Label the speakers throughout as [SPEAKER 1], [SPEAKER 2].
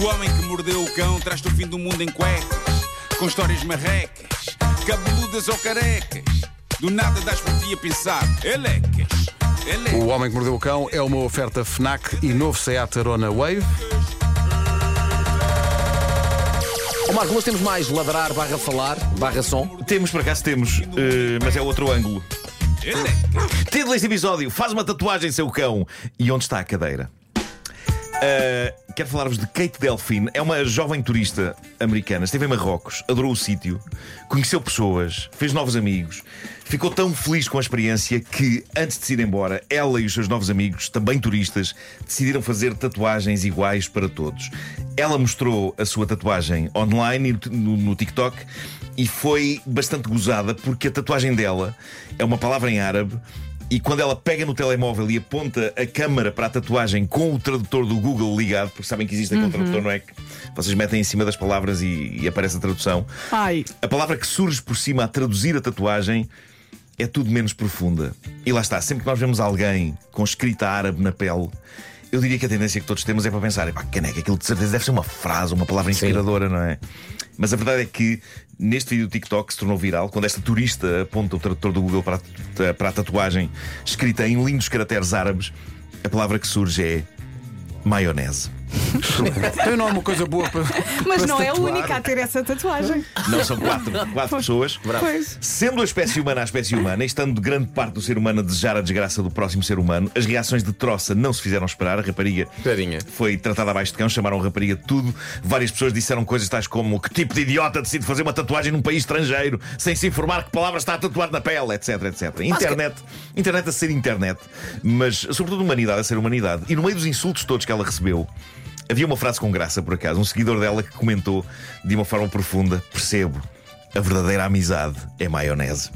[SPEAKER 1] O homem que mordeu o cão traz-te o fim do mundo em cuecas, com histórias marrecas, cabeludas ou carecas. Do nada das por ti a pensar, elecas,
[SPEAKER 2] O
[SPEAKER 1] elecas.
[SPEAKER 2] Homem que Mordeu o Cão é uma oferta FNAC e novo Seat Arona Wave.
[SPEAKER 3] Ó Marco, mas temos mais ladrar barra falar, barra som.
[SPEAKER 4] Temos, por acaso temos, eh, mas é outro ângulo. Título deste episódio: Faz uma tatuagem, seu cão. E onde está a cadeira? Eh, quero falar-vos de Kate Delphine. É uma jovem turista americana. Esteve em Marrocos, adorou o sítio, conheceu pessoas, fez novos amigos. Ficou tão feliz com a experiência que, antes de se ir embora, ela e os seus novos amigos, também turistas, decidiram fazer tatuagens iguais para todos. Ela mostrou a sua tatuagem online e no, no TikTok e foi bastante gozada porque a tatuagem dela é uma palavra em árabe e quando ela pega no telemóvel e aponta a câmara para a tatuagem com o tradutor do Google ligado, porque sabem que existe aquele tradutor, não é? Que vocês metem em cima das palavras e, e aparece a tradução.
[SPEAKER 5] Ai.
[SPEAKER 4] A palavra que surge por cima a traduzir a tatuagem é tudo menos profunda. E lá está, sempre que nós vemos alguém com escrita árabe na pele, eu diria que a tendência que todos temos é para pensar, "Epá, caneca, aquilo de certeza deve ser uma frase, uma palavra inspiradora, não é? Mas a verdade é que neste vídeo do TikTok que se tornou viral, quando esta turista aponta o tradutor do Google para a, para a tatuagem escrita em lindos caracteres árabes, a palavra que surge é maionese.
[SPEAKER 2] Tem não é uma coisa boa para.
[SPEAKER 5] Mas
[SPEAKER 2] para
[SPEAKER 5] não
[SPEAKER 2] se
[SPEAKER 5] é a
[SPEAKER 2] tatuar?
[SPEAKER 5] única a ter essa tatuagem.
[SPEAKER 4] Não, são quatro, quatro pessoas.
[SPEAKER 5] Pois.
[SPEAKER 4] Sendo a espécie humana a espécie humana, e estando grande parte do ser humano a desejar a desgraça do próximo ser humano, as reações de troça não se fizeram esperar. A rapariga
[SPEAKER 3] Tadinha.
[SPEAKER 4] foi tratada abaixo de cão, chamaram a rapariga de tudo. Várias pessoas disseram coisas tais como: Que tipo de idiota decide fazer uma tatuagem num país estrangeiro sem se informar que palavra está a tatuar na pele, etc, etc. Internet, internet a ser internet, mas sobretudo humanidade a ser humanidade. E no meio dos insultos todos que ela recebeu. Havia uma frase com graça, por acaso, um seguidor dela que comentou de uma forma profunda: Percebo, a verdadeira amizade é maionese.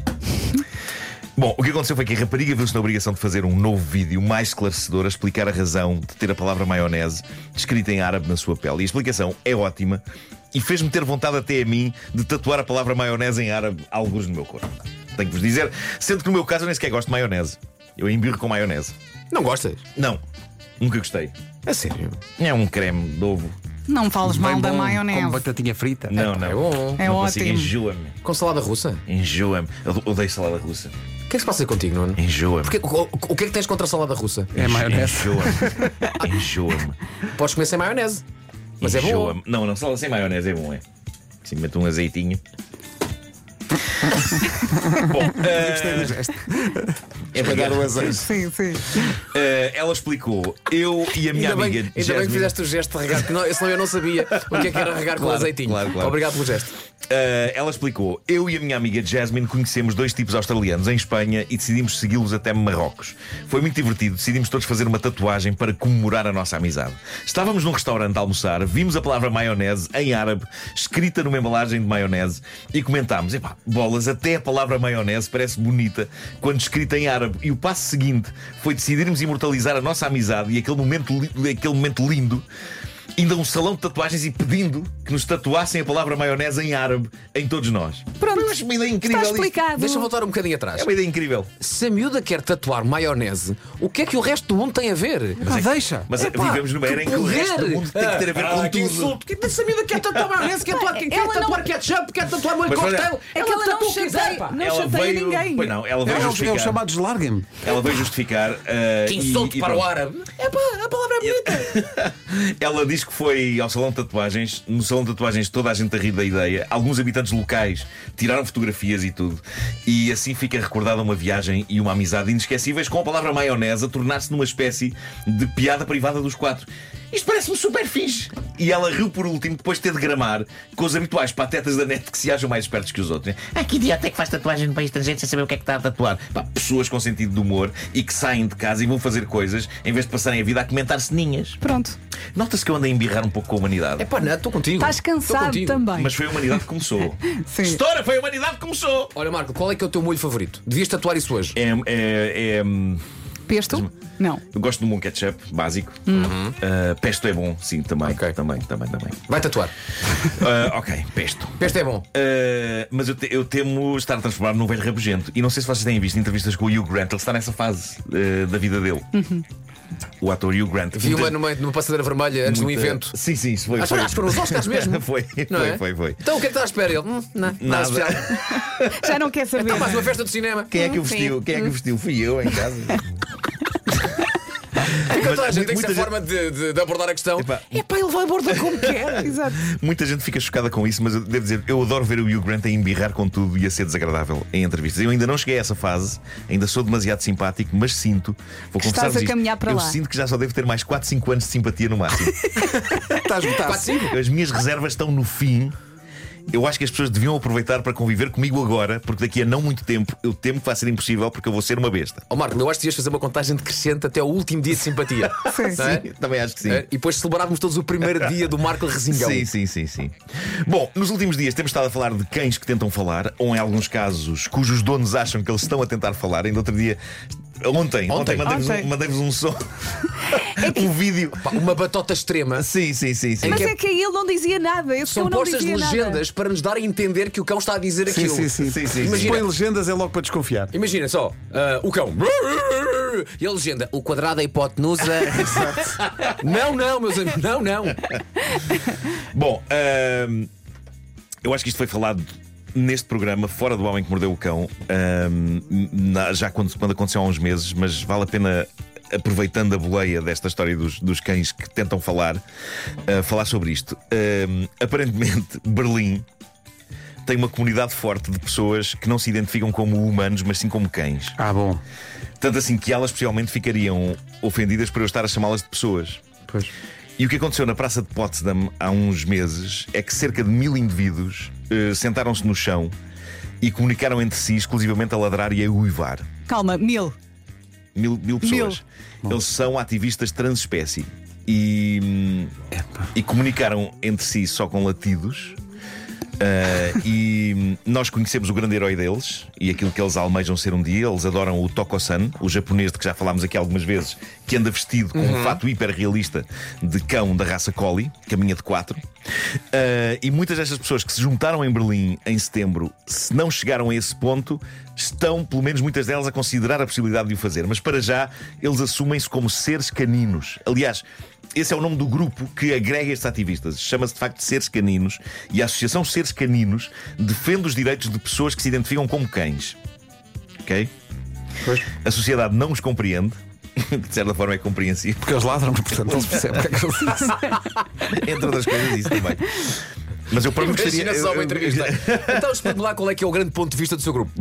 [SPEAKER 4] Bom, o que aconteceu foi que a rapariga viu-se na obrigação de fazer um novo vídeo mais esclarecedor a explicar a razão de ter a palavra maionese escrita em árabe na sua pele. E a explicação é ótima e fez-me ter vontade até a mim de tatuar a palavra maionese em árabe alguns no meu corpo. Tenho que vos dizer, sendo que no meu caso eu nem sequer gosto de maionese. Eu embirro com maionese.
[SPEAKER 3] Não gostas?
[SPEAKER 4] Não, nunca gostei.
[SPEAKER 3] A sério?
[SPEAKER 4] É um creme de ovo.
[SPEAKER 5] Não fales mal
[SPEAKER 2] Bem
[SPEAKER 5] da
[SPEAKER 2] bom, Com
[SPEAKER 5] maionese.
[SPEAKER 2] batatinha frita.
[SPEAKER 4] Não,
[SPEAKER 3] É
[SPEAKER 4] não.
[SPEAKER 3] bom.
[SPEAKER 5] É
[SPEAKER 4] não consigo,
[SPEAKER 5] ótimo.
[SPEAKER 4] enjoa-me.
[SPEAKER 3] Com salada russa?
[SPEAKER 4] Enjoa-me. Eu Odeio salada russa.
[SPEAKER 3] O que é que se passa contigo, Nuno?
[SPEAKER 4] Enjoa-me.
[SPEAKER 3] Porque- o, o que é que tens contra a salada russa?
[SPEAKER 2] É maionese.
[SPEAKER 4] Enjoa-me. Enjoa-me.
[SPEAKER 3] Podes comer sem maionese. Mas é bom.
[SPEAKER 4] Enjoa-me. Não, não, só sem maionese é bom, é. Sim, mete um azeitinho. bom, eh, é pegar
[SPEAKER 3] um
[SPEAKER 4] o azeite.
[SPEAKER 5] Sim, sim.
[SPEAKER 4] Eh, ela explicou, eu e a minha
[SPEAKER 3] Ainda bem,
[SPEAKER 4] amiga.
[SPEAKER 3] ainda bem que
[SPEAKER 4] Jasmine-
[SPEAKER 3] fizeste o gesto de regar, porque não, senão eu não sabia o que é que era regar com
[SPEAKER 4] Claro,
[SPEAKER 3] azeitinho.
[SPEAKER 4] claro, claro.
[SPEAKER 3] Obrigado pelo gesto.
[SPEAKER 4] Uh, ela explicou: Eu e a minha amiga Jasmine conhecemos dois tipos australianos em Espanha e decidimos segui-los até Marrocos. Foi muito divertido, decidimos todos fazer uma tatuagem para comemorar a nossa amizade. Estávamos num restaurante a almoçar, vimos a palavra maionese em árabe, escrita numa embalagem de maionese, e comentámos: Epá, bolas, até a palavra maionese parece bonita quando escrita em árabe. E o passo seguinte foi decidirmos imortalizar a nossa amizade e aquele momento, li- aquele momento lindo indo a um salão de tatuagens e pedindo que nos tatuassem a palavra maionese em árabe em todos nós. Pronto, eu acho uma ideia incrível.
[SPEAKER 5] Está
[SPEAKER 4] isto.
[SPEAKER 5] explicado.
[SPEAKER 3] Deixa-me voltar um bocadinho atrás.
[SPEAKER 4] É uma ideia incrível.
[SPEAKER 3] Se a miúda quer tatuar maionese, o que é que o resto do mundo tem a ver?
[SPEAKER 2] Ah, deixa.
[SPEAKER 4] Mas
[SPEAKER 3] Epá,
[SPEAKER 4] vivemos numa era em que o resto do mundo tem que ter a ver
[SPEAKER 3] Ah,
[SPEAKER 4] com
[SPEAKER 3] que
[SPEAKER 4] tudo.
[SPEAKER 3] insulto! Que é essa miúda quer tatuar maionese, quer tatuar, quer
[SPEAKER 5] Ela não-
[SPEAKER 3] tatuar ketchup, quer tatuar molho
[SPEAKER 4] Mas olha,
[SPEAKER 3] cocktail.
[SPEAKER 5] É que ela
[SPEAKER 3] tatua
[SPEAKER 5] não
[SPEAKER 3] o que quiser,
[SPEAKER 5] chateia-
[SPEAKER 3] pá.
[SPEAKER 5] não
[SPEAKER 4] ela
[SPEAKER 5] chateia
[SPEAKER 4] veio...
[SPEAKER 5] ninguém.
[SPEAKER 4] Pois não, ela
[SPEAKER 2] É,
[SPEAKER 4] veio
[SPEAKER 2] o- é o
[SPEAKER 4] justificar.
[SPEAKER 2] chamado deslarguem-me.
[SPEAKER 4] Ela veio justificar. uh,
[SPEAKER 3] Que
[SPEAKER 4] e-
[SPEAKER 3] insulto
[SPEAKER 4] e
[SPEAKER 3] para o
[SPEAKER 4] pronto.
[SPEAKER 3] árabe. É pá, a palavra é bonita.
[SPEAKER 4] Ela diz que foi ao salão de tatuagens. No salão de tatuagens toda a gente a rir da ideia. Alguns habitantes locais tiraram fotografias e tudo. E assim fica recordada uma viagem e uma amizade inesquecíveis com a palavra maionese a tornar-se numa espécie de piada privada dos quatro. Isto parece-me super fixe. E ela riu por último, depois de ter de gramar com os habituais patetas da net que se acham mais espertos que os outros. Ah, que idiota é que faz tatuagem no país estrangeiro sem saber o que é que está a tatuar? Pá, pessoas com sentido de humor e que saem de casa e vão fazer coisas em vez de passarem a vida a comentar ceninhas.
[SPEAKER 5] Pronto.
[SPEAKER 4] Nota-se que eu andei a embirrar um pouco com a humanidade.
[SPEAKER 3] É pá, não, estou contigo.
[SPEAKER 5] Estás
[SPEAKER 3] Estou
[SPEAKER 5] cansado
[SPEAKER 3] contigo.
[SPEAKER 5] também.
[SPEAKER 4] Mas foi a humanidade que começou.
[SPEAKER 5] Sim.
[SPEAKER 4] História foi a humanidade que começou.
[SPEAKER 3] Olha, Marco, qual é que é o teu molho favorito? Devias tatuar isso hoje.
[SPEAKER 4] É, é, é, hum,
[SPEAKER 5] Pesto? Não.
[SPEAKER 4] eu gosto do um ketchup básico. Uh, pesto é bom, sim, também.
[SPEAKER 3] Uhum. Ok.
[SPEAKER 4] Também, também, também.
[SPEAKER 3] Vai tatuar.
[SPEAKER 4] Uh, ok, pesto.
[SPEAKER 3] Este é bom.
[SPEAKER 4] Uh, mas eu, te- eu temo estar transformado num velho rabugento. E não sei se vocês têm visto entrevistas com o Hugh Grant, ele está nessa fase uh, da vida ah, dele. O ator Hugh Grant.
[SPEAKER 3] Vi Uhum. uma
[SPEAKER 4] Muita-
[SPEAKER 3] numa, numa passadeira vermelha antes de um
[SPEAKER 4] muita-
[SPEAKER 3] evento. Ah,
[SPEAKER 4] Sim, sim, isso foi.
[SPEAKER 3] Acho que foram os Oscars mesmo.
[SPEAKER 4] Foi,
[SPEAKER 3] Não
[SPEAKER 4] foi,
[SPEAKER 3] é?
[SPEAKER 4] foi, foi.
[SPEAKER 3] Então o que é que está à espera? Ele, hum, não, nada,
[SPEAKER 4] Nada.
[SPEAKER 3] especial.
[SPEAKER 5] Já não quer saber.
[SPEAKER 3] Está mais uma festa de cinema.
[SPEAKER 4] Quem é que o
[SPEAKER 5] Hum, sim.
[SPEAKER 4] vestiu? Quem é que o vestiu? Fui eu em casa.
[SPEAKER 3] Porque toda a
[SPEAKER 4] Mas
[SPEAKER 3] gente tem que
[SPEAKER 4] muita
[SPEAKER 3] ser
[SPEAKER 4] gente-
[SPEAKER 3] forma de, de- de abordar a questão.
[SPEAKER 4] Epá.
[SPEAKER 3] É pá, ele vai abordar como quer.
[SPEAKER 5] Exato.
[SPEAKER 4] Muita gente fica chocada com isso, mas eu devo dizer, eu adoro ver o Hugh Grant a embirrar com tudo e a ser desagradável em entrevistas. Eu ainda não cheguei a essa fase, ainda sou demasiado simpático, mas sinto, vou
[SPEAKER 5] estás
[SPEAKER 4] confessar-vos
[SPEAKER 5] a
[SPEAKER 4] isto,
[SPEAKER 5] caminhar para
[SPEAKER 4] eu
[SPEAKER 5] lá.
[SPEAKER 4] sinto que já só devo ter mais 4, 5 anos de simpatia no máximo.
[SPEAKER 2] Está esgotado.
[SPEAKER 3] Quatro, cinco.
[SPEAKER 4] As minhas reservas estão no fim. Eu acho que as pessoas deviam aproveitar para conviver comigo agora, porque daqui a não muito tempo eu temo que vai ser impossível porque eu vou ser uma besta.
[SPEAKER 3] Ó Oh, Marco, eu acho que ias fazer uma contagem decrescente até o último dia de simpatia.
[SPEAKER 5] Sim.
[SPEAKER 4] Tá.
[SPEAKER 3] Não é?
[SPEAKER 4] Também acho que sim.
[SPEAKER 3] É, E depois celebrávamos todos o primeiro dia do Marco Resingão.
[SPEAKER 4] Sim, sim, sim, sim. Bom, nos últimos dias temos estado a falar de cães que tentam falar, ou em alguns casos cujos donos acham que eles estão a tentar falar. Ainda outro dia, ontem, ontem, mandei-vos
[SPEAKER 5] Ontem. É tipo
[SPEAKER 4] um, mandei-vos um som, um vídeo.
[SPEAKER 3] Pá, uma batota extrema.
[SPEAKER 4] Sim, sim, sim, sim.
[SPEAKER 5] Mas
[SPEAKER 3] que é-
[SPEAKER 5] é que aí ele não dizia nada. Esse
[SPEAKER 3] São
[SPEAKER 5] cão não
[SPEAKER 3] postas
[SPEAKER 5] dizia nada.
[SPEAKER 3] legendas para nos dar a entender que o cão está a dizer
[SPEAKER 2] Sim,
[SPEAKER 3] aquilo.
[SPEAKER 2] sim, sim.
[SPEAKER 4] Sim, sim,
[SPEAKER 2] Se
[SPEAKER 3] sim.
[SPEAKER 2] põe legendas é logo para desconfiar.
[SPEAKER 3] Imagina só, ah, o cão. E a legenda, o quadrado é hipotenusa. não, não, meus amigos, não, não.
[SPEAKER 4] Bom, ahm, eu acho que isto foi falado neste programa, fora do Homem que Mordeu o Cão, ahm, na- já quando, quando aconteceu há uns meses, mas vale a pena. Aproveitando a boleia desta história dos, dos cães que tentam falar, ah, falar sobre isto. Ahm, aparentemente, Berlim tem uma comunidade forte de pessoas que não se identificam como humanos, mas sim como cães.
[SPEAKER 2] Ah, bom.
[SPEAKER 4] Tanto assim que elas, especialmente, ficariam ofendidas por eu estar a chamá-las de pessoas.
[SPEAKER 2] Pois.
[SPEAKER 4] E o que aconteceu na Praça de Potsdam há uns meses é que cerca de mil indivíduos eh, sentaram-se no chão e comunicaram entre si exclusivamente a ladrar e a uivar.
[SPEAKER 5] Calma, mil.
[SPEAKER 4] Mil, mil pessoas. Eles são ativistas transespécie e, hum, e comunicaram entre si só com latidos. Eh, e hum, nós conhecemos o grande herói deles e aquilo que eles almejam ser um dia. Eles adoram o Toko-san, o japonês de que já falámos aqui algumas vezes, que anda vestido com um fato hiperrealista de cão da raça Collie, caminha de quatro. Eh, e muitas destas pessoas que se juntaram em Berlim em setembro, se não chegaram a esse ponto, estão, pelo menos muitas delas, a considerar a possibilidade de o fazer. Mas para já, eles assumem-se como seres caninos. Aliás, esse é o nome do grupo que agrega estes ativistas. Chama-se de facto Seres Caninos e a Associação Seres Caninos defende os direitos de pessoas que se identificam como cães. Ok? A sociedade não os compreende. De certa forma é compreensível,
[SPEAKER 2] Porque eles ladram, portanto, eles percebem o que é que eles dizem.
[SPEAKER 4] entre outras coisas, isso também. Mas eu próprio gostaria.
[SPEAKER 3] Imagina só
[SPEAKER 4] eu-
[SPEAKER 3] uma
[SPEAKER 4] eu-
[SPEAKER 3] entrevista. Então explique-me lá qual é que é o grande ponto de vista do seu grupo.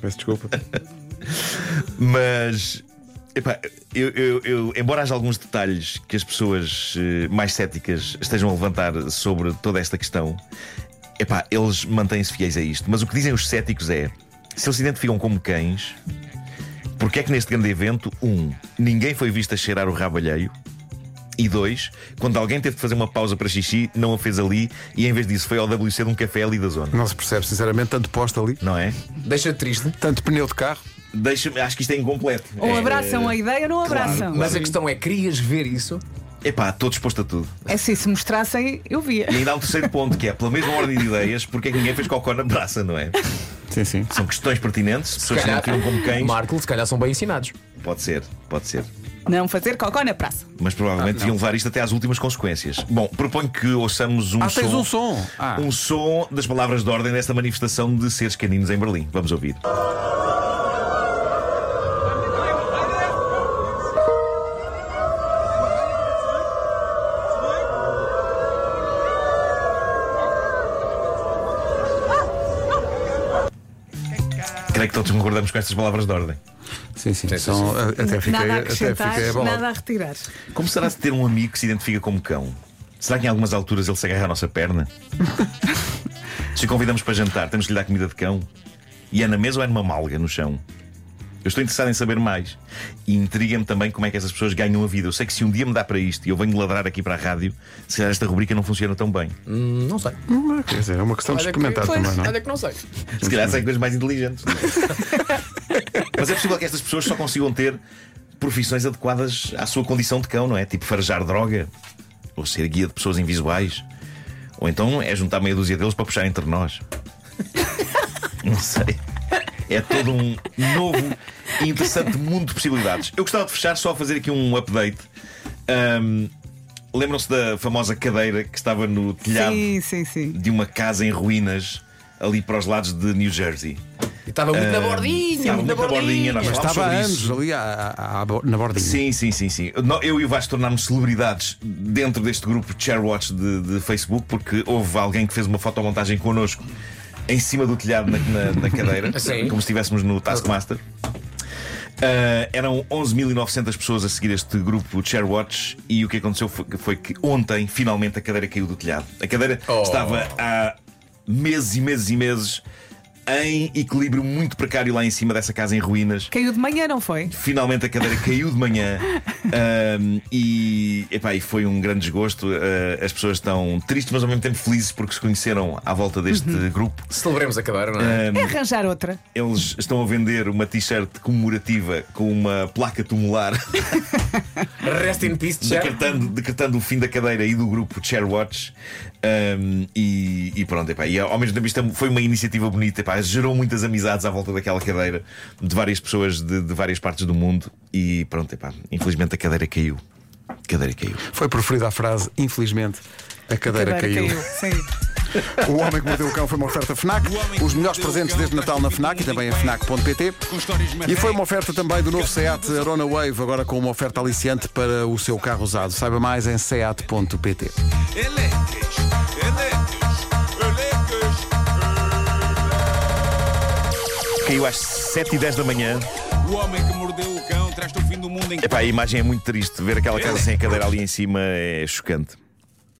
[SPEAKER 2] Peço desculpa.
[SPEAKER 4] Mas. Epá, eu, eu- eu- embora haja alguns detalhes que as pessoas eh, mais céticas estejam a levantar sobre toda esta questão, epá, eles mantêm-se fiéis a isto. Mas o que dizem os céticos é: se eles se identificam como cães, porque é que neste grande evento, um, ninguém foi visto a cheirar o rabo alheio, e dois, quando alguém teve de fazer uma pausa para xixi, não a fez ali e em vez disso foi ao WC de um café ali da zona.
[SPEAKER 2] Não se percebe, sinceramente, tanto posto ali,
[SPEAKER 4] Não é?
[SPEAKER 3] Deixa-te triste.
[SPEAKER 2] tanto pneu de carro.
[SPEAKER 4] Deixa-me, acho que isto é incompleto.
[SPEAKER 5] Ou
[SPEAKER 4] É-
[SPEAKER 5] abraçam a ideia ou não abraçam.
[SPEAKER 3] Mas a questão é, querias ver isso?
[SPEAKER 4] Epá, estou disposto a tudo.
[SPEAKER 5] É assim, se mostrassem, eu via.
[SPEAKER 4] E ainda há o terceiro ponto, que é pela mesma ordem de ideias, porque é que ninguém fez cocó na praça, não é?
[SPEAKER 2] Sim, sim.
[SPEAKER 4] São questões pertinentes, pessoas que não tiram como cães.
[SPEAKER 3] Marco, se calhar são bem ensinados.
[SPEAKER 4] Pode ser, pode ser.
[SPEAKER 5] Não fazer cocó na praça.
[SPEAKER 4] Mas provavelmente iam levar isto até às últimas consequências. Bom, proponho que ouçamos um
[SPEAKER 2] Ah,
[SPEAKER 4] som.
[SPEAKER 2] tens um som. Ah.
[SPEAKER 4] Um som das palavras de ordem desta manifestação de seres caninos em Berlim. Vamos ouvir. Creio que todos concordamos com estas palavras de ordem.
[SPEAKER 2] Sim, sim.
[SPEAKER 3] sim,
[SPEAKER 2] São- a- Até fiquei
[SPEAKER 5] nada a
[SPEAKER 2] até
[SPEAKER 5] acrescentar,
[SPEAKER 2] fiquei abalado.
[SPEAKER 5] nada a retirar.
[SPEAKER 4] Como será de ter um amigo que se identifica como cão? Será que em algumas alturas ele se agarra à nossa perna? se o convidamos para jantar, temos que lhe dar comida de cão? E é na mesa ou é numa malga no chão? Eu estou interessado em saber mais. E intriga-me também como é que essas pessoas ganham a vida. Eu sei que se um dia me dá para isto e eu venho ladrar aqui para a rádio, se calhar esta rubrica não funciona tão bem.
[SPEAKER 3] Não sei.
[SPEAKER 2] Hum, Quer dizer, é uma questão de experimentar
[SPEAKER 3] Pois,
[SPEAKER 2] também, não é?
[SPEAKER 3] olha que não sei.
[SPEAKER 4] Se calhar saem coisas mais inteligentes. Mas é possível que estas pessoas só consigam ter profissões adequadas à sua condição de cão, não é? Tipo farejar droga, ou ser guia de pessoas invisuais, ou então é juntar meia dúzia deles para puxar entre nós. Não sei. É todo um novo Interessante mundo de possibilidades. Eu gostava de fechar só a fazer aqui um update. Ahm, Lembram-se da famosa cadeira que estava no telhado
[SPEAKER 5] Sim, sim, sim.
[SPEAKER 4] de uma casa em ruínas ali para os lados de New Jersey?
[SPEAKER 3] E Estava muito na bordinha,
[SPEAKER 4] estava
[SPEAKER 3] muito na
[SPEAKER 4] muito na
[SPEAKER 3] bordinha.
[SPEAKER 4] bordinha, nós
[SPEAKER 2] Mas
[SPEAKER 4] falámos
[SPEAKER 2] estava há
[SPEAKER 4] sobre
[SPEAKER 2] anos
[SPEAKER 4] isso.
[SPEAKER 2] ali à- à- à bo- na bordinha.
[SPEAKER 4] Sim, sim, sim, sim. No- Eu e o Vasco tornámos celebridades dentro deste grupo Chairwatch de, de Facebook porque houve alguém que fez uma fotomontagem connosco em cima do telhado na, na- na cadeira,
[SPEAKER 3] Sim.
[SPEAKER 4] como se estivéssemos no Taskmaster. Ah, eram 11.900 pessoas a seguir este grupo Chairwatch e o que aconteceu foi, foi que ontem, finalmente, a cadeira caiu do telhado. A cadeira
[SPEAKER 3] Oh.
[SPEAKER 4] estava há meses e meses e meses em equilíbrio muito precário lá em cima dessa casa em ruínas.
[SPEAKER 5] Caiu de manhã, não foi?
[SPEAKER 4] Finalmente a cadeira caiu de manhã ahm, e, epá, e foi um grande desgosto. Ah, as pessoas estão tristes, mas ao mesmo tempo felizes porque se conheceram à volta deste grupo.
[SPEAKER 3] Celebremos a cadeira, não é?
[SPEAKER 5] É arranjar outra.
[SPEAKER 4] Eles estão a vender uma t-shirt comemorativa com uma placa tumular
[SPEAKER 3] Rest in peace, Cher.
[SPEAKER 4] decretando, decretando o fim da cadeira e do grupo Chairwatch. Ahm, e, e pronto, epá, e ao mesmo tempo isto é- foi uma iniciativa bonita, epá, gerou muitas amizades à volta daquela cadeira de várias pessoas de, de várias partes do mundo. E pronto, epá, infelizmente a cadeira caiu. A cadeira caiu.
[SPEAKER 2] Foi preferida a frase, infelizmente, a cadeira,
[SPEAKER 5] Cadeira
[SPEAKER 2] caiu.
[SPEAKER 5] Sim.
[SPEAKER 2] O Homem que Mordeu o Cão foi uma oferta FNAC. Os melhores presentes desde Natal na FNAC e também em FNAC.pt. E foi uma oferta também do novo SEAT Arona Wave, agora com uma oferta aliciante para o seu carro usado. Saiba mais em SEAT.pt.
[SPEAKER 1] Elecas, elecas, elecas.
[SPEAKER 4] Caiu às 7 e 10 da manhã.
[SPEAKER 1] O homem que mordeu o cão traz-te o fim do mundo em
[SPEAKER 4] É. Epá, a imagem é muito triste. Ver aquela casa sem a cadeira ali em cima é chocante.